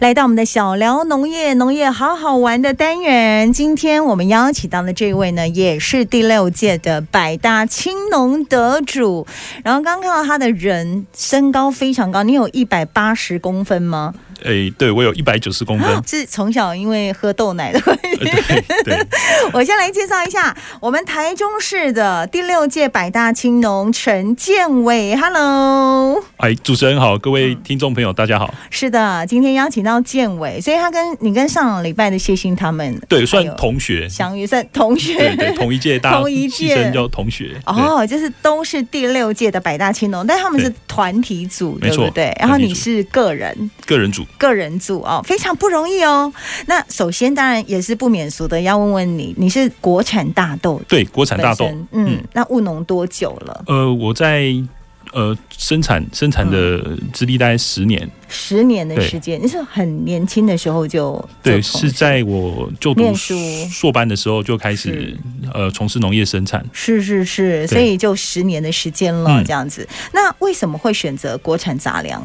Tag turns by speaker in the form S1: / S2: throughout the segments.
S1: 来到我们的小聊农业，农业好好玩的单元。今天我们邀请到的这位呢，也是第六届的百大青农得主。然后刚看到他的人身高非常高，你有一百八十公分吗？
S2: 诶、对我有一百九十公 分，
S1: 是从小因为喝豆奶的关系。
S2: 呃对对，
S1: 我先来介绍一下我们台中市的第六届百大青农陈建伟，Hello。
S2: 哎，主持人好，各位听众朋友，大家好。
S1: 是的，今天邀请到建伟，所以他跟你跟上礼拜的谢欣他们
S2: 对，算同学，
S1: 相遇算同
S2: 对
S1: 学。
S2: 对，同一届，大家
S1: 同一
S2: 戏
S1: 届
S2: 称叫同学。对，
S1: 哦，就是都是第六届的百大青农，但他们是
S2: 对
S1: 团体组，
S2: 没
S1: 对不
S2: 错
S1: 对？然后
S2: 团体
S1: 你
S2: 组
S1: 是个人，
S2: 个人组，
S1: 个人组哦，非常不容易哦。那首先当然也是不免俗的，要问问你，你是国产大豆
S2: 对，国产
S1: 本
S2: 大豆。
S1: 身嗯，
S2: 嗯
S1: 那务农多久了？
S2: 呃，我在呃生产生产的
S1: 嗯
S2: 资历大概十年，
S1: 十年的
S2: 对
S1: 时间，你是很年轻的时候就
S2: 对，
S1: 就从
S2: 是在我就读
S1: 念书
S2: 硕班的时候就开始
S1: 是
S2: 呃从事农业生产。
S1: 是是是，所以就十年的时间了，
S2: 嗯
S1: 这样子。那为什么会选择国产杂粮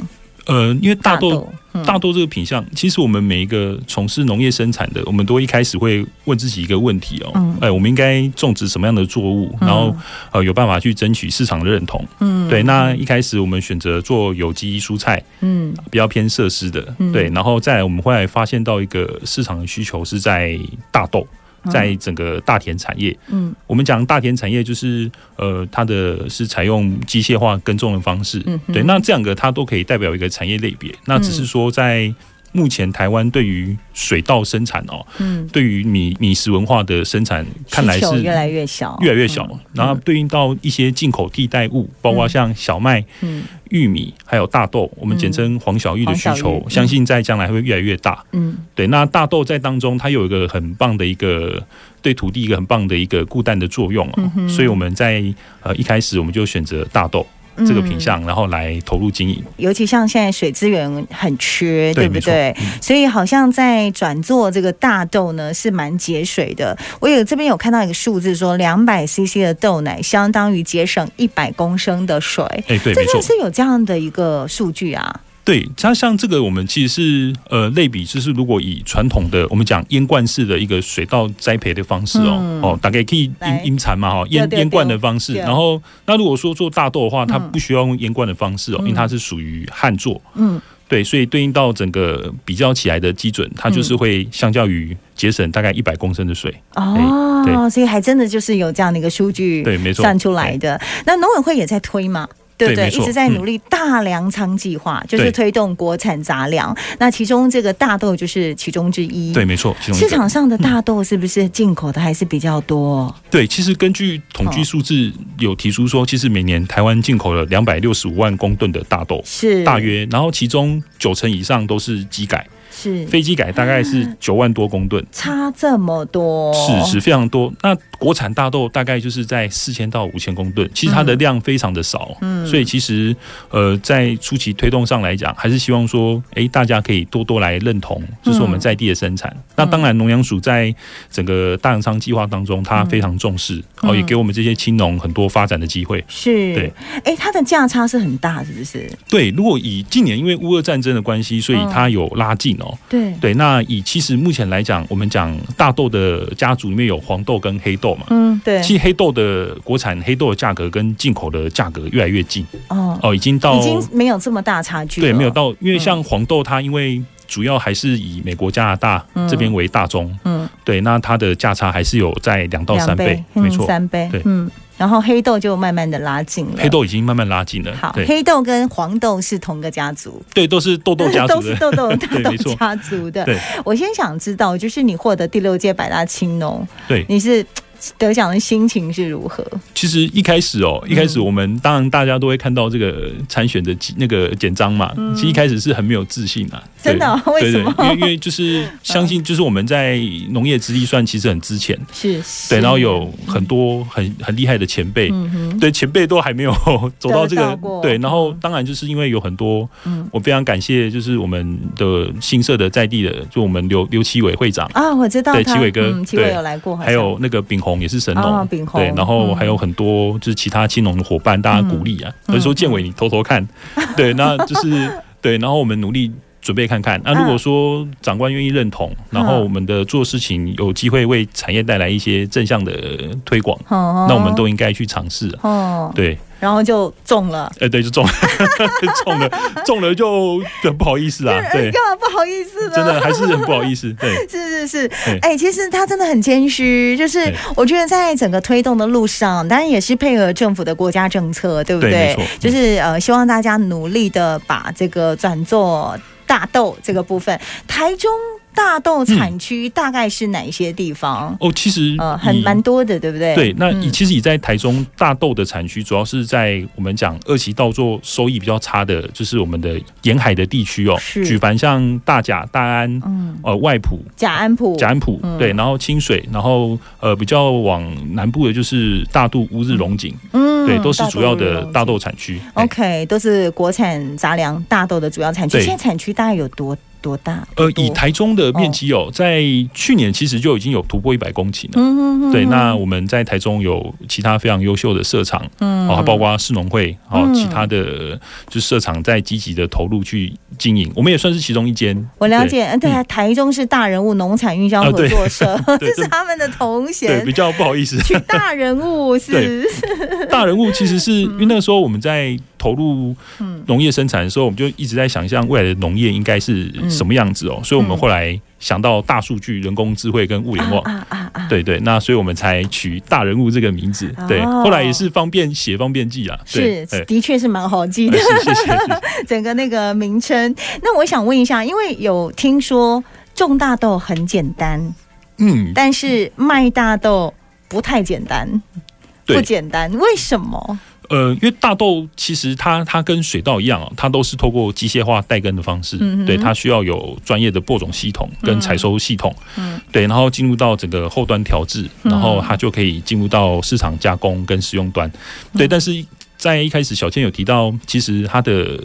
S2: 呃，因为大豆
S1: 嗯
S2: 大豆这个品相，其实我们每一个从事农业生产的，我们都一开始会问自己一个问题哦，
S1: 嗯
S2: 哎，我们应该种植什么样的作物，
S1: 嗯
S2: 然后呃有办法去争取市场的认同。
S1: 嗯
S2: 对，那一开始我们选择做有机蔬菜，
S1: 嗯
S2: 比较偏设施的，
S1: 嗯
S2: 对，然后再来我们后来发现到一个市场的需求是在大豆。在整个大田产业，
S1: 嗯
S2: 我们讲大田产业就是呃，它的是采用机械化耕种的方式，
S1: 嗯哼嗯
S2: 对，那这两个它都可以代表一个产业类别。那只是说在目前台湾对于水稻生产哦，
S1: 嗯，
S2: 对于米米食文化的生产，看来
S1: 需求
S2: 是
S1: 越来越嗯小，
S2: 越来越小，然后对应到一些进口替代物，包括像小麦、
S1: 嗯
S2: 玉米还有大豆，我们简称黄小玉的需
S1: 黄小玉
S2: 求，
S1: 嗯
S2: 相信在将来会越来越大。
S1: 嗯
S2: 对，那大豆在当中它有一个很棒的一个对土地一个很棒的一个固氮的作用
S1: 嗯
S2: 哦，所以我们在呃一开始我们就选择大豆。
S1: 嗯
S2: 这个品相，然后来投入经营。
S1: 尤其像现在水资源很缺，
S2: 对
S1: 不
S2: 没错嗯
S1: 对？所以好像在转做这个大豆呢，是蛮节水的。我有这边有看到一个数字说，两百 CC 的豆奶相当于节省一百公升的水，
S2: 哎，对，
S1: 这
S2: 没
S1: 真
S2: 错
S1: 的，是有这样的一个数据啊。
S2: 对它像这个，我们其实是呃类比，就是如果以传统的我们讲烟罐式的一个水稻栽培的方式哦，
S1: 嗯
S2: 哦，大概可以
S1: 来
S2: 阴阴产嘛哈、哦，
S1: 对
S2: 烟
S1: 对
S2: 烟罐的方式。
S1: 对
S2: 然后那如果说做大豆的话，它
S1: 嗯
S2: 不需要用烟罐的方式哦，因为它是属于旱作，
S1: 嗯，
S2: 对，所以对应到整个比较起来的基准，它就是
S1: 嗯
S2: 会相较于节省大概一百公升的水。哎
S1: 哦，
S2: 对
S1: 所以还真的就是有这样的一个数据
S2: 对没错
S1: 算出来的。那农委会也在推嘛？对不对？
S2: 对没
S1: 一
S2: 错嗯
S1: 直在努力大粮仓计划，就是
S2: 对
S1: 推动国产杂粮。那其中这个大豆就是其中之一。
S2: 对，，没错，其中一
S1: 市
S2: 个
S1: 场上的大豆是不是进口的还是比较多？
S2: 对，其实根据统
S1: 哦
S2: 计数字有提出说，其实每年台湾进口了两百六十五万公吨的大豆。
S1: 是
S2: 大约，然后其中九成以上都是机改，
S1: 是
S2: 非机改大概是九万多公吨，
S1: 差这么多，
S2: 是是非常多。那国产大豆大概就是在四千到五千公吨，其实它的量非常的少，嗯，所以其实呃在初期推动上来讲，还是希望说，诶，大家可以多多来认同，就是我们在地的生产。那当然，农粮署在整个大粮仓计划当中，它非常重视，哦，也给我们这些青农很多发展的机会。
S1: 是，
S2: 对，
S1: 哎，它的价差是很大，是不是？
S2: 对，如果以近年因为乌俄战争的关系，所以
S1: 嗯
S2: 它有拉近哦。
S1: 对，
S2: 对，那以其实目前来讲，我们讲大豆的家族里面有黄豆跟黑豆嘛。
S1: 嗯，对，
S2: 其实黑豆的国产黑豆的价格跟进口的价格越来越近
S1: 哦，
S2: 哦，已经到
S1: 已经没有这么大差距了，
S2: 对没有到，因为
S1: 嗯
S2: 像黄豆它因为主要还是以美国、加拿大这边为大宗，
S1: 嗯，
S2: 对，那它的价差还是有在两到
S1: 两
S2: 三倍，没
S1: 嗯，
S2: 错，
S1: 三倍，
S2: 对
S1: 嗯，然后黑豆就慢慢的拉近了，
S2: 黑。豆已经慢慢拉近了
S1: 好，，
S2: 对
S1: 黑豆跟黄豆是同个家族，
S2: 对，都是豆豆家
S1: 都
S2: 族
S1: 是
S2: 的，
S1: 豆豆 大
S2: 对
S1: 豆
S2: 没错
S1: 家族的。
S2: 对
S1: 我先想知道，就是你获得第六届百大青农，
S2: 对。
S1: 你是得奖的心情是如何？
S2: 其实一开始哦，一开
S1: 嗯
S2: 始我们当然大家都会看到这个参选的几那个简章嘛，其实一开始是很没有自信啊，
S1: 嗯
S2: 对
S1: 真的哦为
S2: 对
S1: 什
S2: 对
S1: 么，
S2: 因为因 为就是相信就是我们在农业资历算其实很之前，
S1: 是，
S2: 对，
S1: 是
S2: 然后有很多很很厉害的前辈，
S1: 嗯哼，
S2: 对前辈都还没有 走到这
S1: 得到
S2: 个
S1: 过
S2: 对，然后当然就是因为有很多，
S1: 嗯
S2: 我非常感谢就是我们的新社的在地的，就我们刘刘奇伟会长。
S1: 啊，我知道
S2: 对
S1: 他，
S2: 齐伟哥
S1: 嗯，齐伟
S2: 对
S1: 有来过，好像
S2: 还有那个丙红也是神农，
S1: 哦丙红
S2: 对，然后
S1: 嗯
S2: 还有很多就是其他青农的伙
S1: 嗯
S2: 伴，大家鼓励啊，所以说建伟你偷偷看，对，那就是对，然后我们努力。准备看看。那如果说长官愿意认同，
S1: 嗯
S2: 然后我们的做事情有机会为产业带来一些正向的推广，
S1: 那
S2: 那我们都应该去尝试啊。
S1: 哦，
S2: 对，
S1: 然后就中了。
S2: 呃，对，就中了， 中了，中了就很不好意 思啊。对，
S1: 干嘛不好意思呢？
S2: 真的还是很不好意思。对，
S1: 是是是
S2: 对，
S1: 哎、其实他真的很谦虚，就是
S2: 对
S1: 我觉得在整个推动的路上，当然也是配合政府的国家政策，对不
S2: 对
S1: 对？
S2: 没错
S1: 就是呃，希望大家努力的把这个转做大豆这个部分，台中大豆产区大概是哪一些地方？
S2: 哦，其实
S1: 呃，很
S2: 以
S1: 蛮多的，对不对？
S2: 对，那以
S1: 嗯
S2: 其实以在台中大豆的产区，主要是在我们讲二期稻作收益比较差的，就是我们的沿海的地区哦。
S1: 是
S2: 举凡像大甲、大安、
S1: 嗯，
S2: 呃外埔、
S1: 甲安普，
S2: 甲安埔，
S1: 嗯
S2: 对，然后清水，然后呃比较往南部的就是大肚、乌日、龙井，
S1: 嗯
S2: 对，都是主要
S1: 大
S2: 的
S1: 豆
S2: 大豆产区。哎
S1: OK，都是国产杂粮大豆的主要产区。
S2: 对
S1: 现在产区大概有多多大？
S2: 呃，
S1: 多
S2: 以台中的面积哦，在去年其实就已经有突破一百公顷了。
S1: 嗯嗯嗯
S2: 对，那我们在台中有其他非常优秀的社场，
S1: 嗯
S2: 哦，包括市农会，哦
S1: 嗯，
S2: 其他的就是社场在积极的投入去经营，我们也算是其中一间。
S1: 我了解，嗯，对啊，台中是大人物农产运销
S2: 啊
S1: 合
S2: 对
S1: 作社，
S2: 对
S1: 这是
S2: 这
S1: 他们的头
S2: 对，对，
S1: 衔，
S2: 比。较不好意思
S1: 取大人物是
S2: 对大人物其实是
S1: 嗯
S2: 因为那个时候我们在投入农业生产的时候，我们就一直在想象未来的农业应该是什么样
S1: 嗯
S2: 子哦，所以我们后来想到大数据、人工智慧跟物联网。
S1: 啊啊啊！
S2: 对对，那所以我们才取“大人物”这个名字。对，
S1: 哦
S2: 后来也是方便写、方便记啊。对，
S1: 是
S2: 哎，
S1: 的确是蛮好记的
S2: 哎，是谢谢谢 谢。
S1: 整个那个名称。那我想问一下，因为有听说种大豆很简单，
S2: 嗯，
S1: 但是卖大豆不太简单，
S2: 对
S1: 不简单，为什么？
S2: 呃，因为大豆其实它它跟水稻一样哦，它都是透过机械化带根的方式，
S1: 嗯哼
S2: 对，它需要有专业的播种系统跟采收系统，
S1: 嗯
S2: 对，然后进入到整个后端调制，
S1: 嗯
S2: 然后它就可以进入到市场加工跟使用端，
S1: 嗯
S2: 对，但是在一开始小倩有提到，其实它的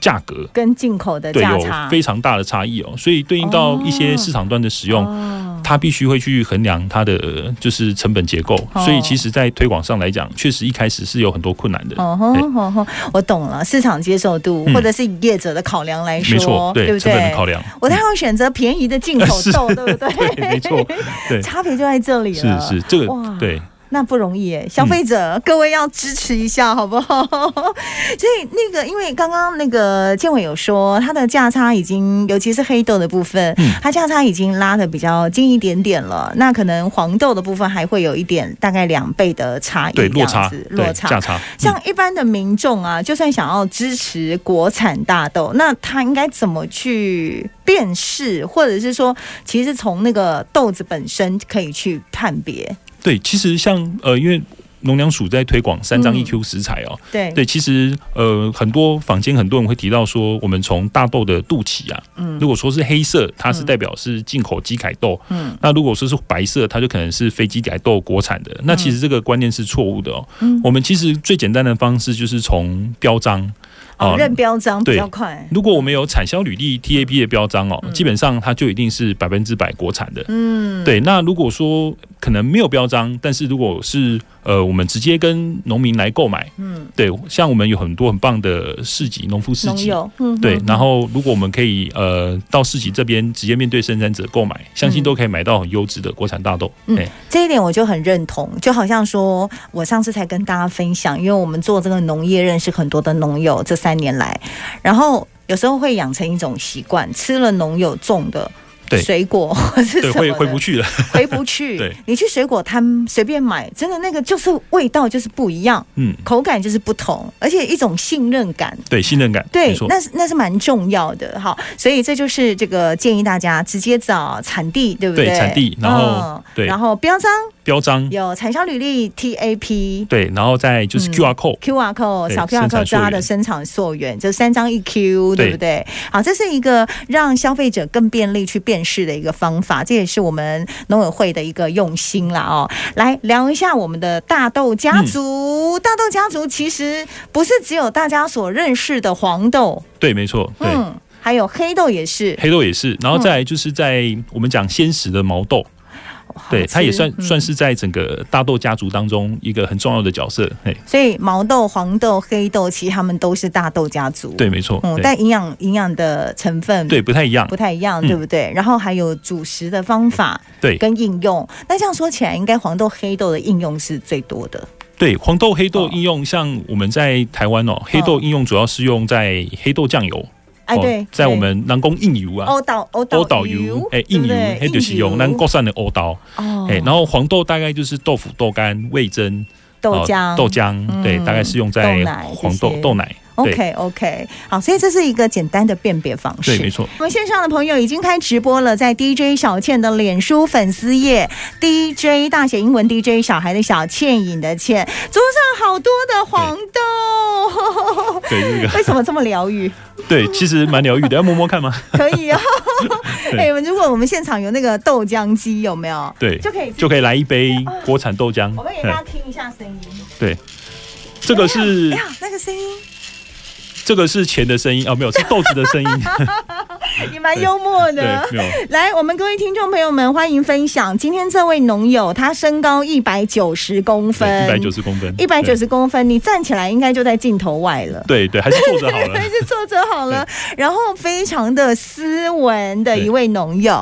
S2: 价格。
S1: 跟进口的
S2: 对，
S1: 价
S2: 有
S1: 差
S2: 非常大的差异哦，所以对应到一些市场端的使用，
S1: 哦
S2: 它必须会去衡量它的呃就是成本结构，
S1: 哦
S2: 所以其实，在推广上来讲，确实一开始是有很多困难的。
S1: 哦
S2: 对
S1: 吼吼吼，我懂了，市场接受度、
S2: 哎嗯
S1: 或者是以业者的考量来说，
S2: 没错，
S1: 对
S2: 对
S1: 不
S2: 成本的
S1: 对？
S2: 考 量，
S1: 我当然会选择便宜的进口
S2: 是
S1: 豆，对不对？
S2: 对，没错，对，
S1: 差别就在这里
S2: 是
S1: 了。
S2: 是嗯这个
S1: 哇，
S2: 对，
S1: 那不容易哎，消费者、各位要支持一下，好不好？ 所以那个，因为刚刚那个建伟有说，它的价差已经，尤其是黑豆的部分，
S2: 嗯
S1: 它价差已经拉的比较近一点点了。那可能黄豆的部分还会有一点，大概两倍的差异，
S2: 对落
S1: 这样
S2: 差，
S1: 子
S2: 对
S1: 落差
S2: 价差，嗯
S1: 像一般的民众啊，就算想要支持国产大豆，那他应该怎么去辨识，或者是说，其实从那个豆子本身可以去判别？
S2: 对，其实像呃，因为。农粮署在推广三张
S1: 嗯
S2: EQ 食材哦，
S1: 对，
S2: 对，其实呃很多坊间很多人会提到说，我们从大豆的肚脐啊，
S1: 嗯
S2: 如果说是黑色，它是代表是进口鸡改豆，
S1: 嗯
S2: 那如果说是白色，它就可能是非机改豆国产的。那其实这个观念是错误的哦。
S1: 嗯
S2: 我们其实最简单的方式就是从标章
S1: 哦，
S2: 啊
S1: 认标章比
S2: 对
S1: 较快。
S2: 如果我们有产销履历 TAB 的标章哦，基本上它就一定是百分之百国产的。
S1: 嗯，
S2: 对，那如果说可能没有标章，但是如果是呃，我们直接跟农民来购买，
S1: 嗯，
S2: 对，像我们有很多很棒的市集、农夫市
S1: 农
S2: 集，
S1: 友，嗯
S2: 对
S1: 嗯，
S2: 然后如果我们可以呃到市集这边直接面对生产者购买，相信都可以买到很优质的国产大豆。哎
S1: 嗯
S2: 对，
S1: 这一点我就很认同，就好像说我上次才跟大家分享，因为我们做这个农业，认识很多的农友，这三年来，然后有时候会养成一种习惯，吃了农友种的。
S2: 对
S1: 水果或是啊
S2: 对，
S1: 什么
S2: 会
S1: 的
S2: 回不去了。
S1: 回不去
S2: 对。
S1: 你去水果摊随便买，真的那个就是味道就是不一样，
S2: 嗯，
S1: 口感就是不同，而且一种信任感。
S2: 对，信任感，
S1: 对
S2: 没，错，
S1: 那是那是蛮重要的哈，所以这就是这个建议大家直接找产地，对不对？
S2: 对产地然后对
S1: 然后标章
S2: 标章，
S1: 有产销履历 TAP。
S2: 对，然后再就是
S1: 嗯
S2: QR code，
S1: Q R code
S2: 对
S1: 扫 Q R
S2: 生
S1: code
S2: 产溯
S1: 抓
S2: 源
S1: 的生产溯源，就三张一 Q，对
S2: 对
S1: 不对？好，这是一个让消费者更便利去辨识的一个方法，这也是我们农委会的一个用心啦哦。来聊一下我们的大豆家族，
S2: 嗯
S1: 大豆家族其实不是只有大家所认识的黄豆，
S2: 对，没错，对。
S1: 嗯，还有黑豆也是嗯
S2: 黑豆也是，然后再来就是在我们讲鲜食的毛豆，
S1: 好
S2: 对，它也
S1: 吃
S2: 算
S1: 嗯
S2: 算是在整个大豆家族当中一个很重要的角色。嘿，
S1: 所以毛豆、黄豆、黑豆，其实他们都是大豆家族。
S2: 对，没错，
S1: 嗯，
S2: 对
S1: 但营养营养的成分
S2: 对不太一样
S1: 不。太一样，
S2: 嗯
S1: 对不对？然后还有主食的方法
S2: 对
S1: 跟应用。那这样说起来，应该黄豆、黑豆的应用是最多的。
S2: 对，黄豆、黑豆
S1: 哦
S2: 应用，像我们在台湾哦，黑豆应用主要是用在黑豆酱油。
S1: 哎，
S2: 哦
S1: 对，
S2: 在我
S1: 对
S2: 们南宫印油啊。
S1: 欧岛欧岛
S2: 欧岛油，哎，印油，哎，就是用南国产的欧岛，
S1: 哦，
S2: 哎，然后黄豆大概就是豆腐、豆干、味噌、
S1: 豆
S2: 哦
S1: 浆
S2: 豆浆，对，
S1: 嗯
S2: 大概是用
S1: 豆
S2: 在
S1: 奶这
S2: 黄豆
S1: 些
S2: 豆奶，对
S1: OK OK，好，所以这是一个简单的辨别方式。
S2: 对，没错。
S1: 我们线上的朋友已经开直播了，在 DJ 小倩的脸书粉丝页，DJ 大写英文 DJ 小孩的小倩影的倩，桌上好多的黄豆，
S2: 对这 个，
S1: 为什么这么疗愈？
S2: 对，其实蛮疗愈的，要摸摸看 吗？
S1: 可以啊，
S2: 对
S1: 哎、我们如果我们现场有那个豆浆机，有没有？
S2: 对，
S1: 就可以哦
S2: 就可以来一杯国产豆浆
S1: 我们给。大家听一下声音。
S2: 嗯对，这个
S1: 哎
S2: 是
S1: 呀，那个声音
S2: 这个是钱的声音哦，没有，是豆子的 声音。
S1: 也蛮幽默
S2: 对
S1: 的，。
S2: 没有。
S1: 来，我们各位听众朋友们，欢迎分享。今天这位农友，他身高一百九十公分，
S2: 一百九十公分，
S1: 一百九
S2: 十，
S1: 十公分，你站起来应该就在镜头外了。
S2: 对对，还是坐着好了
S1: 但。是作者好了，然后非常的斯文的一位农友，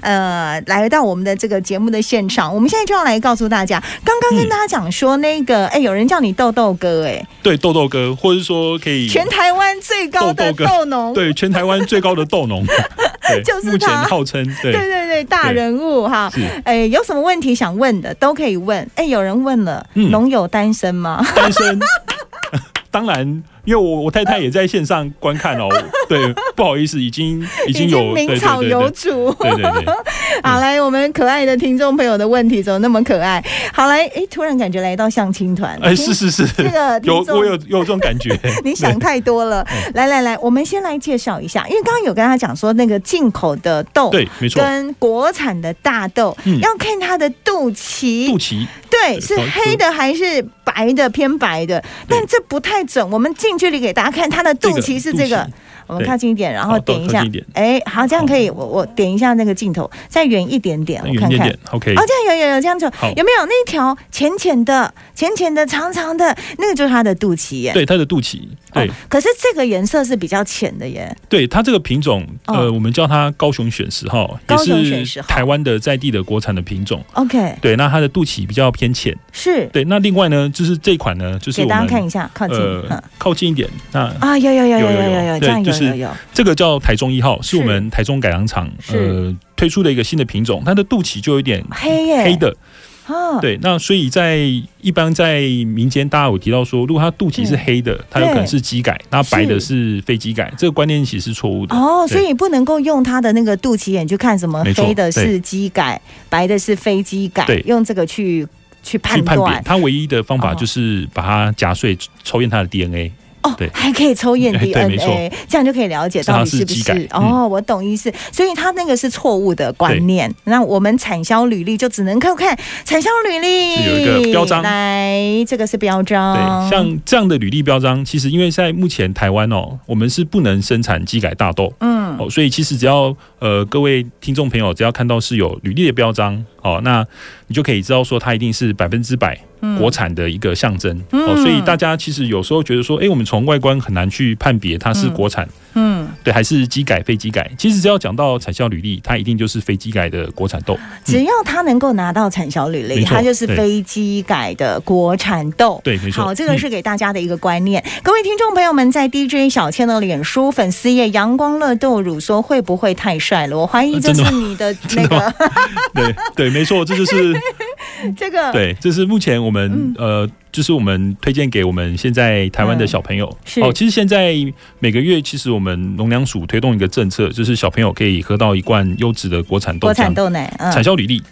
S1: 呃，来到我们的这个节目的现场，我们现在就要来告诉大家，刚刚跟
S2: 嗯
S1: 大家讲说那个，哎、有人叫你豆豆哥、哎，
S2: 对，豆豆哥，或者说可以，
S1: 全台湾最高的
S2: 豆豆哥
S1: 豆农，
S2: 对全台湾最高的豆 农，对
S1: 就是他
S2: 目前号称
S1: 对
S2: 对
S1: 对对大
S2: 对
S1: 人物哈。
S2: 是
S1: 哎，有什么问题想问的都可以问。哎，有人问了，
S2: 嗯
S1: 农友单身吗？
S2: 单身。 当然，因为我我太太也在线上观看哦，对，不好意思，已经已 经有对
S1: 名
S2: 对
S1: 草
S2: 对
S1: 有
S2: 对
S1: 主。
S2: 对对 对，
S1: 好来，我们可爱的听众朋友的问题怎么那么可爱？好来，哎，突然感觉来到相亲团，
S2: 哎，是是是，
S1: 这个
S2: 有
S1: 啊听众
S2: 我有嗯有这种感觉，
S1: 你想太多了。 来来来，我们先来介绍一下，因为刚刚有跟他讲说那个进口的豆。
S2: 对，没错，
S1: 跟国产的大豆、
S2: 嗯
S1: 要看它的肚脐，
S2: 肚脐
S1: 对，
S2: 呃
S1: 是
S2: 高
S1: 黑的还是白的？偏白的，但这不太准。我们近距离给大家看，它的肚脐是这个。我们
S2: 对
S1: 靠近一点，然后
S2: 好
S1: 点一下
S2: 靠近一点。
S1: 哎，好，这样可以。我我点一下那个镜头，再远一点点，
S2: 那
S1: 我
S2: 远
S1: 看
S2: 一点
S1: 看。
S2: 点，OK，
S1: 哦，这样有有有这样子，
S2: 好
S1: 有没有那条浅浅的、浅浅的、长长的，那个就是它的肚脐耶。
S2: 对，它的肚脐，对
S1: 哦，可是这个颜色是比较浅的耶。
S2: 对它这个品种，呃，
S1: 哦
S2: 我们叫它高雄选十号，
S1: 高雄选
S2: 也
S1: 十
S2: 是
S1: 号
S2: 台湾的在地的国产的品种。
S1: OK，
S2: 对，那它的肚脐比较偏浅。
S1: 是，
S2: 对，那另外呢，就是这款呢，就是
S1: 给
S2: 我
S1: 大家看
S2: 们
S1: 一下，靠近。嗯
S2: 呃靠近一点，那
S1: 啊，有有有有
S2: 有有
S1: 有有
S2: 有
S1: 有，这
S2: 对
S1: 样有
S2: 就
S1: 有
S2: 是
S1: 有，
S2: 这个叫台中一号，是
S1: 是
S2: 我们台中改良厂
S1: 是哎
S2: 呃推出的一个新的品种，它的肚脐就有一点
S1: 黑耶，
S2: 黑的。
S1: 哦，
S2: 对，那所以在一般在民间大家有提到说，如果它肚脐
S1: 嗯
S2: 是黑的，它有可能是机改，那白的是非机改，这个观念其实是错误的。
S1: 哦，
S2: 对
S1: 所以你不能够用他的那个肚脐眼去看什么
S2: 没错
S1: 黑的是
S2: 对
S1: 机改，白的是非机改
S2: 对，
S1: 用这个去去判
S2: 去判别
S1: 断。
S2: 它唯一的方法
S1: 哦
S2: 就是把它夹碎，抽验它的 DNA。
S1: 哦
S2: 对，
S1: 还可以抽验
S2: 哎对没
S1: DNA，这样就可以了解到底是不
S2: 是它是
S1: 是
S2: 机。改嗯
S1: 哦，我懂意思，所以他那个是错误的观念。那我们产销履历就只能靠看产销履历
S2: 是有一个标章
S1: 来，这个是标章，
S2: 对，像嗯这样的履历标章，其实因为在目前台湾哦，我们是不能生产机改大豆
S1: 嗯
S2: 哦，所以其实只要呃各位听众朋友只要看到是有履历的标章哦，那你就可以知道说它一定是百分之百
S1: 嗯
S2: 国产的一个象征、哦，所以大家其实有时候觉得说，诶，我们从外观很难去判别它是国产、
S1: 嗯，
S2: 对还是机改非机改，其实只要讲到产销履历，它一定就是非机改的国产豆，
S1: 只要他能够拿到产销履历，
S2: 没错
S1: 他就是
S2: 对
S1: 非机改的国产豆。
S2: 对，没错，
S1: 好，这个
S2: 嗯
S1: 是给大家的一个观念。各位听众朋友们，在 DJ 小倩的脸书粉丝页“阳光乐豆乳”说会不会太帅了？我怀疑
S2: 呃
S1: 这
S2: 真的
S1: 是
S2: 吗
S1: 你的那
S2: 真的
S1: 个
S2: 对对，没错，这就是。
S1: 这 个
S2: 对，这是目前我们、
S1: 嗯
S2: 呃，就是我们推荐给我们现在台湾的小朋友、
S1: 是
S2: 哦。其实现在每个月，其实我们农粮署推动一个政策，就是小朋友可以喝到一罐优质的国产豆
S1: 国
S2: 浆
S1: 产，豆奶，嗯
S2: 产销履历。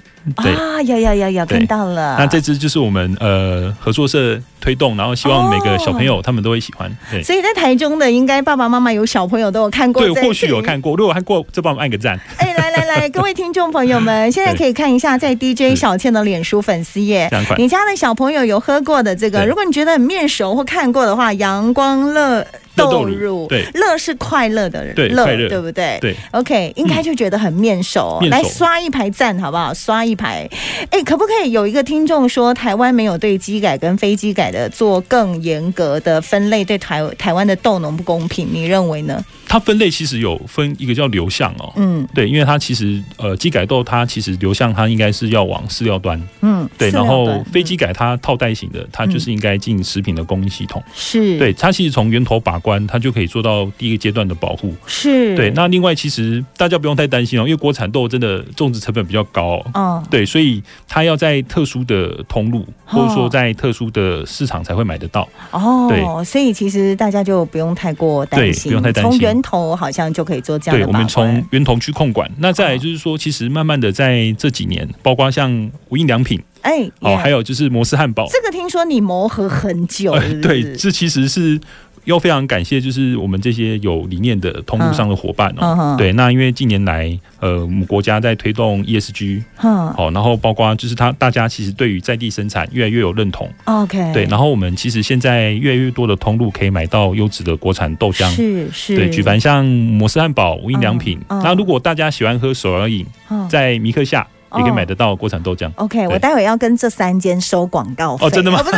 S2: 对，
S1: 啊，有有有有
S2: 对
S1: 看到了。
S2: 那这支就是我们呃合作社推动，然后希望每个小朋友他们都会喜欢。对。
S1: 所以在台中的，应该爸爸妈妈有小朋友都有看过这一，
S2: 对
S1: 集，
S2: 或许有看过，如果有看过，就帮我们按个 赞。
S1: 哎，来来 来，各位听众朋友们，现在可以看一下在 DJ 小倩的脸书粉丝页
S2: 嗯这样快，
S1: 你家的小朋友有喝过的这个，
S2: 对
S1: 如果你觉得很面熟或看过的话，阳光乐
S2: 豆
S1: 豆
S2: 乳
S1: 乳，
S2: 对
S1: 乐是快乐的
S2: 对
S1: 乐
S2: 快，乐
S1: 对不对？
S2: 对，嗯
S1: OK，应该就觉得很面熟、哦
S2: 面熟
S1: 来刷一排赞好不好？刷一排，哎，可不可以有一个听众说，台湾没有对机改跟非机改的做更严格的分类，对台台湾的豆农不公平？你认为呢？
S2: 它分类其实有分一个叫流向哦，
S1: 嗯
S2: 对，因为它其实呃机改豆它其实流向它应该是要往饲料端，
S1: 嗯，
S2: 对，
S1: 饲料
S2: 然后
S1: 端
S2: 非机改它套袋型的，它就是应该进食品的供应系统，
S1: 是，
S2: 对，它其实从源头把关，它就可以做到第一个阶段的保护。
S1: 是，
S2: 对，那另外其实大家不用太担心哦，因为国产豆真的种植成本比较高、哦。
S1: 哦，
S2: 对，所以它要在特殊的通路，或者说在特殊的市场才会买得到。
S1: 哦，
S2: 对
S1: 所以其实大家就不用太过担
S2: 对
S1: 心，
S2: 不用太担心
S1: 从源头好像就可以做这样
S2: 对，
S1: 的
S2: 我
S1: 把
S2: 们
S1: 关。
S2: 从源头去控管。那再来就是说，其实慢慢的在这几年，包括像无印良品
S1: 哎，
S2: 哦，
S1: 耶
S2: 还有就是摩斯汉堡，
S1: 这个听说你磨合很久，是不是
S2: 呃 对，这其实是要非常感谢，就是我们这些有理念的通路上的伙伴
S1: 嗯
S2: 哦
S1: 嗯。
S2: 对，那因为近年来，呃，我们国家在推动 ESG，
S1: 哈
S2: 哦，然后包括就是他大家其实对于在地生产越来越有认同。
S1: ，OK，
S2: 对，然后我们其实现在越来越多的通路可以买到优质的国产豆浆。
S1: 是是，
S2: 对，举凡像摩斯汉堡、无印良品。
S1: 嗯嗯
S2: 那如果大家喜欢喝手摇饮，
S1: 嗯哦
S2: 在米克夏也可以买得到国产豆浆。
S1: OK，
S2: 对
S1: 我待会要跟这三间收广告费
S2: 哦，真的吗？
S1: 啊不是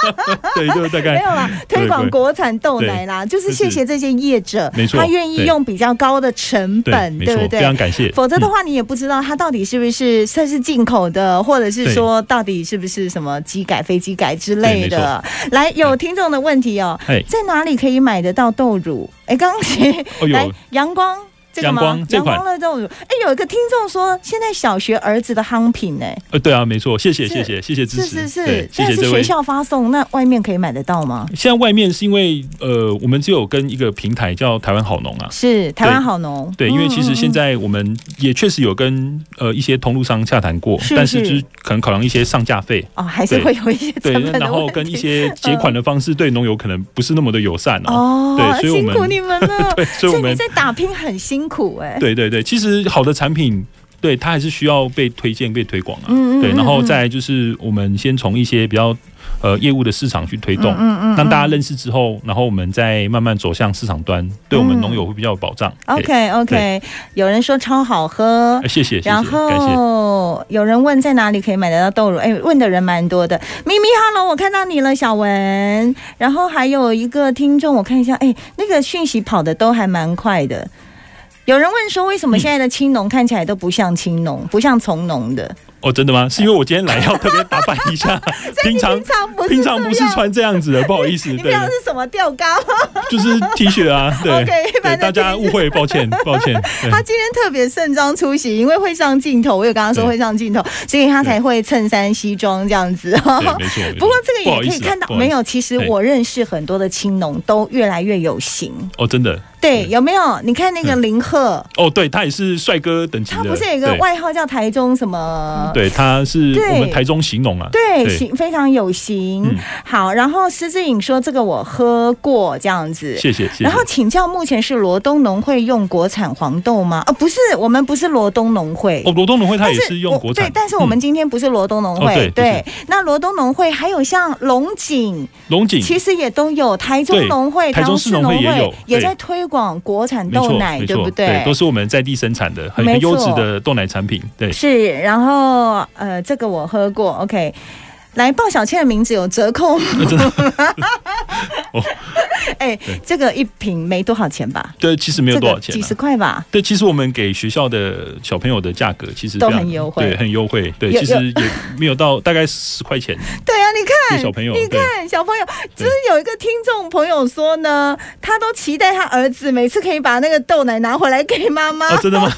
S2: 对，就是大
S1: 没
S2: 概
S1: 有啦，推广国产豆奶啦，就是谢谢这些业者，
S2: 没错
S1: 他愿意
S2: 对
S1: 用比较高的成
S2: 对，
S1: 本，
S2: 没
S1: 对
S2: 错
S1: 不，
S2: 非常
S1: 对？
S2: 感谢。
S1: 否则的
S2: 嗯，
S1: 话，你也不知道它到底是不是算是进口的，或者是
S2: 对
S1: 说到底是不是什么机改、非机改之类的。来，有听众的问题哦，
S2: 哎，
S1: 在哪里可以买得到豆乳？哎，刚 刚
S2: 哦
S1: 来
S2: 呦，
S1: 阳光。这个吗？
S2: 阳光这款
S1: 的豆乳，哎，有一个听众说，现在小学儿子的夯品，哎，
S2: 呃，对啊，没错，谢谢，
S1: 是
S2: 谢谢，谢谢支
S1: 是
S2: 持，
S1: 是
S2: 对
S1: 是，
S2: 谢
S1: 但
S2: 谢
S1: 是
S2: 这
S1: 学
S2: 位。
S1: 校发送，那外面可以买得到吗？
S2: 现在外面是因为呃，我们只有跟一个平台叫台湾好农啊，
S1: 是台湾好农，
S2: 对，因为其实现
S1: 嗯嗯
S2: 在我们也确实有跟呃一些通路商洽谈过，
S1: 是
S2: 但是就是是可能考量一些上架费，
S1: 嗯哦，还是会有一些成
S2: 对，
S1: 本的
S2: 那然
S1: 问
S2: 后
S1: 题嗯
S2: 跟一些结款的方式对农友可能不是那么的友善哦。
S1: 哦，
S2: 对所以我
S1: 辛
S2: 们，
S1: 苦你们了
S2: 对，所以我
S1: 你
S2: 们
S1: 在打拼很辛苦哎，
S2: 对对对，其实好的产品。对，它还是需要被推荐、被推广啊。
S1: 嗯嗯
S2: 对，
S1: 嗯
S2: 然后
S1: 嗯
S2: 再来就是我们先从一些比较呃业务的市场去推动，
S1: 嗯
S2: 让大家认识之后，然后我们再慢慢走向市场端，对我们
S1: 嗯
S2: 农友会比较有保障。对
S1: OK OK，有人说超好喝
S2: 呃。谢谢，谢谢，
S1: 然
S2: 感谢。
S1: 后有人问在哪里可以买得到豆乳？哎，问的人蛮多的。咪咪，Hello，我看到你了，小文。然后还有一个听众，我看一下，哎，那个讯息跑的都还蛮快的。有人问说，为什么现在的青农看起来都不像青农，不像从农的？
S2: 哦，真的吗？是因为我今天来要特别打扮 一下，平常
S1: 平常不是
S2: 平常不是
S1: 这样，
S2: 穿这样子的，不好意思，
S1: 你平
S2: 对，
S1: 常是什么吊高？啊
S2: 就是 T 恤啊，对
S1: OK，
S2: 对，
S1: 反正
S2: 大家误会，抱歉，抱 歉，对
S1: 他今天特别盛装出席，因为会上镜头，我有跟他说
S2: 对
S1: 会上镜头，所以他才会衬衫西装这样子。
S2: 对，没错。没错
S1: 哦不过这个
S2: 不好
S1: 也
S2: 意
S1: 可以
S2: 思啊
S1: 看到，
S2: 不好意
S1: 没
S2: 思
S1: 有，其实
S2: 对
S1: 我认识很多的青农都越来越有型，
S2: 哦，真的
S1: 对，
S2: 对
S1: 有没有？你看那个林鹤，
S2: 哦，对他也是帅哥等级的，
S1: 他不是有一个
S2: 对嗯
S1: 外号叫台中什么？
S2: 对，他是
S1: 对
S2: 我们台中形容啊，
S1: 对，
S2: 对
S1: 型非常有型。
S2: 嗯
S1: 好，然后施志颖说这个我喝过这样子。
S2: 谢谢谢谢
S1: 然。后请教，目前是罗东农会用国产黄豆吗？哦，不是，我们不是罗东农会。
S2: 哦，罗东农会他
S1: 但
S2: 也是用
S1: 我
S2: 国产嗯
S1: 对，，但是我们今天不是罗东农会，
S2: 哦对不是
S1: 那罗东农会还有像龙井，
S2: 龙井
S1: 其实也都有，台中
S2: 对
S1: 农会、
S2: 台中市
S1: 台中
S2: 农会
S1: 市
S2: 也
S1: 农
S2: 有
S1: 会也
S2: 对
S1: 在推广国产
S2: 没
S1: 豆
S2: 错
S1: 奶，
S2: 没
S1: 对不
S2: 错，
S1: 对
S2: 都？是我们在地生产的，很
S1: 没
S2: 很优质
S1: 错
S2: 的豆奶产品，对。
S1: 是，然后呃，这个我喝过，OK。来鲍小倩的名字有折扣吗？
S2: 真 的哦，
S1: 哎
S2: 对，
S1: 这个一瓶没多少钱吧？
S2: 对，其实没有多少
S1: 这个
S2: 钱、
S1: 几十
S2: 啊。
S1: 块吧？
S2: 对，其实我们给学校的小朋友的价格其实
S1: 都
S2: 非常
S1: 很优惠
S2: 对，很优惠。对，
S1: 有
S2: 其实也没有到大概十块钱
S1: 对啊，你看
S2: 给小朋友。
S1: 你
S2: 对，
S1: 看，小朋友，就
S2: 对
S1: 是有一个听众朋友说呢，他都期待他儿子每次可以把那个豆奶拿回来给妈妈，
S2: 哦，真的吗？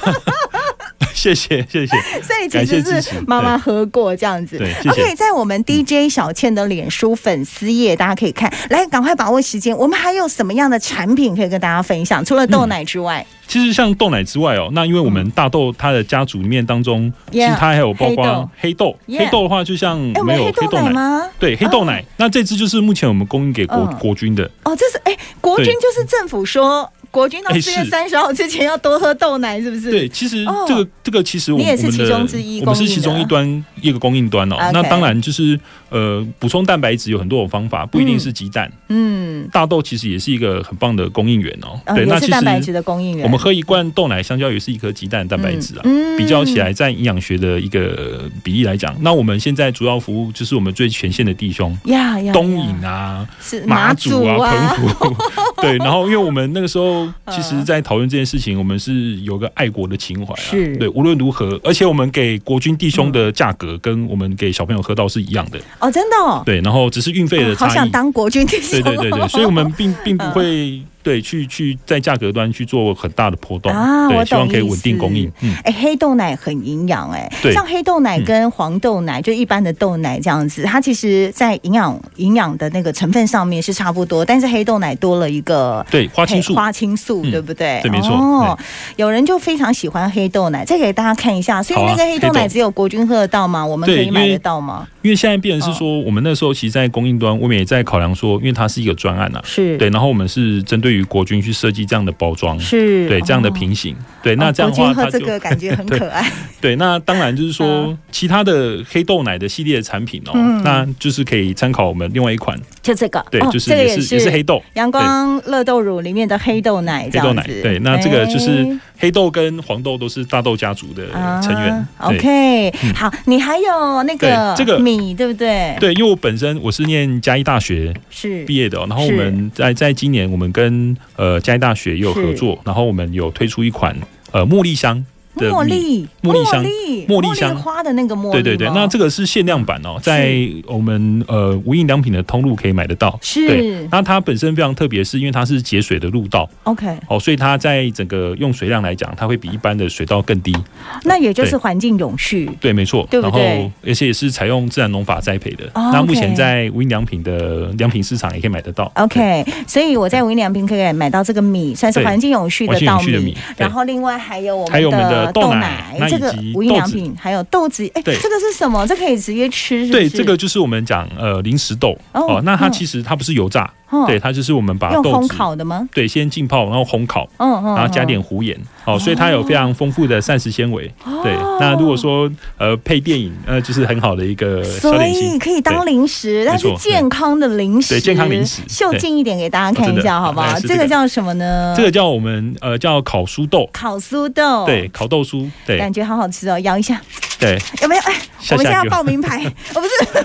S2: 谢谢谢谢，
S1: 所以其实
S2: 感谢支
S1: 是
S2: 持对
S1: 妈妈喝过这样子
S2: 对。谢嗯谢
S1: OK，在我们 DJ 小倩的脸书粉丝页，大家可以看，来赶快把握时间。我们还有什么样的产品可以跟大家分享？除了豆奶之外，
S2: 其实像豆奶之外哦，那因为我们大豆它的家族里面当中，其
S1: 嗯 Yeah，
S2: 实它还有包
S1: 黑豆
S2: 括黑豆，
S1: Yeah
S2: 黑豆的话就像
S1: 哎、我
S2: 没
S1: 们
S2: 有
S1: 黑豆奶吗？哦
S2: 对，黑豆奶。那这支就是目前我们供应给国
S1: 嗯
S2: 国军的，
S1: 哦，这是哎、国军
S2: 对
S1: 就是政府说。国军到
S2: 哎
S1: 四月
S2: 是
S1: 三十号之前要多喝豆奶，是不是？
S2: 对，其实
S1: 哦
S2: 这个、这个其实我
S1: 你
S2: 们
S1: 也是
S2: 我们
S1: 其
S2: 的
S1: 中之一
S2: 我们是
S1: 供应
S2: 其中
S1: 的
S2: 一端一个供应端哦。
S1: OK
S2: 那当然就是呃，补充蛋白质有很多种方法，不一定是鸡蛋，
S1: 嗯，
S2: 大豆其实也是一个很棒的供应源哦。
S1: 呃
S2: 对，那
S1: 也
S2: 其
S1: 是蛋白质
S2: 实
S1: 的供应源。
S2: 我们喝一罐豆奶，相较于是一颗鸡蛋的蛋白质啊。
S1: 嗯
S2: 比较起，来，在营养学的一个比例来讲，那我们现在主要服务就是我们最前线的弟兄，
S1: 嗯呀呀，
S2: 东
S1: 呀
S2: 引啊、
S1: 是
S2: 马
S1: 祖嗯
S2: 祖啊、澎湖，对。然后，因为我们那个时候其实，在讨论这件事情，我们是有个爱国的情怀、啊，
S1: 是
S2: 对。无论如何，而且我们给国军弟兄的价格跟我们给小朋友喝到是一样的，
S1: 哦，真的哦，
S2: 对。然后只是运费的
S1: 哦好
S2: 差
S1: 想
S2: 异，
S1: 当国军弟
S2: 对
S1: 兄，
S2: 对对 对。所以我们并并不会。对，去去在价格端去做很大的波动，
S1: 啊我
S2: 对，希望
S1: 懂
S2: 可以
S1: 意
S2: 稳定
S1: 思
S2: 供应。嗯，
S1: 哎、黑豆奶很营养哎，
S2: 对
S1: 像黑豆奶跟黄豆奶、就一般的豆奶这样子，它其实在营养营养的那个成分上面是差不多，但是黑豆奶多了一个
S2: 对，花青素
S1: 花青素，
S2: 嗯
S1: 对不对？
S2: 对没错
S1: 哦，有人就非常喜欢黑豆奶，再给大家看一下。所以
S2: 好啊
S1: 那个黑豆
S2: 黑
S1: 奶
S2: 豆
S1: 只有国军喝得到吗？我们可
S2: 对
S1: 以买
S2: 因
S1: 得
S2: 为
S1: 到吗？
S2: 因为现在变成是
S1: 哦
S2: 说，我们那时候其实，在供应端，我们也在考量说，因为它是一个专案啊，
S1: 是，
S2: 对，然后我们是针对于国军去设计这样的包装，
S1: 是，
S2: 对，这样的
S1: 哦。
S2: 平行，对，
S1: 哦
S2: 那这样的话，
S1: 国军
S2: 它
S1: 喝这
S2: 就
S1: 个嗯感觉很
S2: 对
S1: 可爱，
S2: 对，那当然就是说，其他的黑豆奶的系列产品哦，那就是可以参考我们另外一款，
S1: 就这个，
S2: 对
S1: 嗯哦，
S2: 就是
S1: 这个
S2: 也是也是黑豆，
S1: 阳光乐豆乳里面的黑豆奶，这
S2: 黑豆
S1: 样
S2: 奶，
S1: 子
S2: 对，那这个就是
S1: 哎
S2: 黑豆跟黄豆都是大豆家族的成员
S1: 啊，
S2: 对。
S1: OK，、
S2: 嗯
S1: 好，你还有那个
S2: 对这个
S1: 米，对不对？，
S2: 对，因为我本身我是念嘉义大学
S1: 是
S2: 毕业的哦、然后我
S1: 是
S2: 们在在今年我们跟呃嘉义大学也有合作，然后我们有推出一款呃茉莉香的
S1: 茉
S2: 米。
S1: 莉，
S2: 茉莉香
S1: 莉，
S2: 茉莉
S1: 茉莉
S2: 香
S1: 花的那个茉莉吗。
S2: 对对对，那这个是限量版哦，在我们呃无印良品的通路可以买得到。对
S1: 是，
S2: 那它本身非常特别，是因为它是节水的路道
S1: OK，
S2: 哦，所以它在整个用水量来讲，它会比一般的水稻更低。
S1: 那也就是
S2: 对
S1: 环境永续。
S2: 对，没错。
S1: 对不
S2: 然后
S1: 对
S2: 而且也是采用自然农法栽培的。
S1: 哦
S2: 那目前
S1: OK
S2: 在无印良品的良品市场也可以买得到。
S1: OK，所以我在无印良品可以买到这个米，算是
S2: 对
S1: 环境永续的
S2: 环境
S1: 稻
S2: 永续的米对
S1: 然后另外还有我
S2: 还有
S1: 们
S2: 我们
S1: 的
S2: 的
S1: 豆
S2: 豆
S1: 奶
S2: 奶，那
S1: 这个
S2: 以及
S1: 无印良
S2: 豆子
S1: 品还有豆子，哎，
S2: 对
S1: 这个是什么？这可以直接吃，是不
S2: 对，
S1: 是？
S2: 这个就是我们讲呃零食豆
S1: 哦
S2: 哦那它
S1: 嗯
S2: 其实它不是油炸，
S1: 哦
S2: 对，它就是我们把
S1: 用
S2: 豆
S1: 烘
S2: 子
S1: 烤的吗？
S2: 对先浸泡，然后烘烤，
S1: 嗯嗯，
S2: 然后加
S1: 嗯
S2: 点胡盐，哦，所以它有非常丰富的膳食纤维。对
S1: 哦，
S2: 那如果说呃配电影，呃就是很好的一个小
S1: 所
S2: 点
S1: 以
S2: 心，
S1: 可以当
S2: 对
S1: 零食，但是
S2: 没错
S1: 健康的零食，
S2: 对健康零食
S1: 秀近一点给大家
S2: 对
S1: 看一下，
S2: 哦真的
S1: 好不
S2: 好
S1: 好？
S2: 来
S1: 这
S2: 是这
S1: 个
S2: 个
S1: 叫什么呢？
S2: 这个叫我们呃叫烤酥豆，
S1: 烤酥豆，
S2: 对，，烤豆酥，对
S1: 哦感觉好好吃哦，摇一下，
S2: 对，
S1: 有 没有？哎，我
S2: 下
S1: 们现在
S2: 下
S1: 要
S2: 就
S1: 报名牌， 我不是，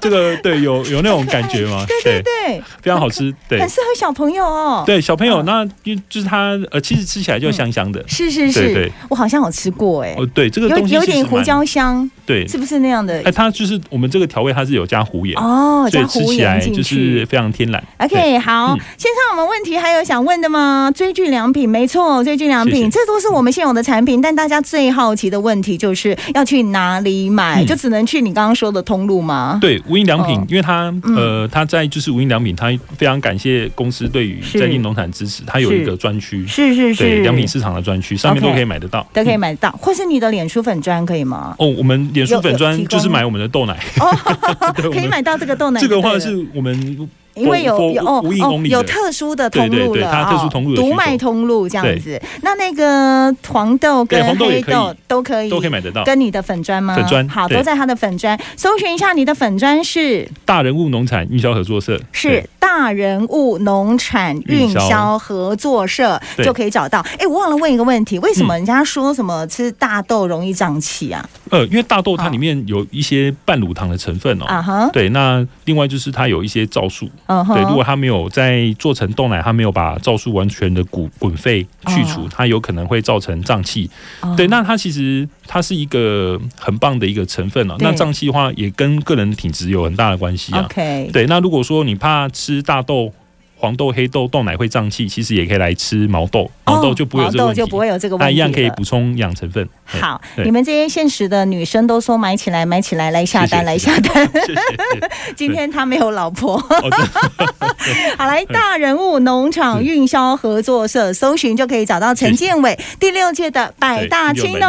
S2: 这个对有有那种感觉吗？
S1: 对对
S2: 非常好吃，
S1: 对，
S2: 对
S1: 很适合小朋友哦。
S2: 对，小朋友那就就是它呃其实吃起来就香香的，
S1: 嗯是是
S2: 对
S1: 是
S2: 对，
S1: 我好像有吃过哎，
S2: 哦对，这个
S1: 有
S2: 东西
S1: 有
S2: 其实
S1: 点胡
S2: 蛮
S1: 椒香，
S2: 对
S1: 是不是那样的
S2: 哎，？它就是我们这个调味，它是有加胡盐，
S1: 哦，
S2: 所
S1: 加
S2: 以吃
S1: 胡
S2: 起
S1: 盐
S2: 来
S1: 进
S2: 就是
S1: 去。
S2: 非常天然。对
S1: OK，好，
S2: 嗯
S1: 线上我们问题还有想问的吗？追剧良品，没错，追剧良品，
S2: 谢谢
S1: 这都是我们现有的产品，但大家最好奇的问题就是要去哪里买？
S2: 嗯
S1: 就只能去你刚刚说的通路吗？
S2: 对无印良品，
S1: 哦
S2: 因为它呃，它在就是无印良品，它非常感谢公司对于
S1: 是
S2: 在地农产支持，它有
S1: 是
S2: 一个专区，
S1: 是是
S2: 对
S1: 是，
S2: 良品市场的专区，上面
S1: OK
S2: 都可以买得到，
S1: 都可以
S2: 嗯。
S1: 买得到，或是你的脸书粉砖可以吗？
S2: 哦，我们脸
S1: 有
S2: 书粉
S1: 有提
S2: 砖
S1: 供哦
S2: 就是买我们的豆奶，
S1: 可
S2: 对
S1: 以。
S2: 我们
S1: 买到这个豆奶
S2: 这
S1: 就对
S2: 个
S1: 了，
S2: 话是我们
S1: 因为有
S2: for-
S1: 有哦
S2: for- 无印
S1: 哦
S2: only 的
S1: 有特殊的通
S2: 对
S1: 路
S2: 对对
S1: 了，
S2: 它特殊
S1: 哦
S2: 通路的需
S1: 独
S2: 求
S1: 卖通路这样子。那那个黄豆跟
S2: 对黄豆
S1: 黑
S2: 也可以
S1: 豆都可以，
S2: 都可以买得到。
S1: 跟你的粉砖吗？
S2: 粉砖
S1: 好，
S2: 对
S1: 都在他的粉砖，搜寻一下你的粉砖是
S2: 大人物农产运销合作社
S1: 是
S2: 对
S1: 大人物农产运
S2: 运销
S1: 销合作社
S2: 对嗯
S1: 就可以找到。哎，我忘了问一个问题，为什么人家说什么吃大豆容易胀气啊？
S2: 呃，因为大豆
S1: 好
S2: 它里面有一些半乳糖的成分哦。
S1: 啊哈，
S2: 对，那另外就是它有一些皂素，
S1: 嗯
S2: 对，如
S1: 哼
S2: 果，它没有在做成豆奶，它没有把皂素完全的滚滚沸去除，
S1: 哦
S2: 它有可能会造成胀气。
S1: 哦
S2: 对，那它其实它是一个很棒的一个成分哦。
S1: 对
S2: 那胀气的话，也跟个人体质有很大的关系啊。
S1: OK，
S2: 对，那如果说你怕吃大豆、黄豆、黑豆豆奶会胀气，其实也可以来吃毛豆，毛豆就不会有这
S1: 毛
S2: 个
S1: 豆
S2: 问题，
S1: 哦就不会有这个问
S2: 它
S1: 题
S2: 一样可以
S1: 了
S2: 补充营养成 分。对，
S1: 好，
S2: 对
S1: 你们这些现实的女生都说买起来，买起来，来下单，来
S2: 谢谢
S1: 下单。
S2: 谢谢。对
S1: 今天他没有老婆。
S2: 哦真的
S1: 好，来大人物农场运销合作社搜寻就可以找到陈建伟第六届的百大青
S2: 对第
S1: 农，
S2: 六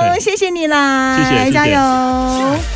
S2: 百大
S1: 谢谢你啦，
S2: 谢谢谢谢
S1: 加油。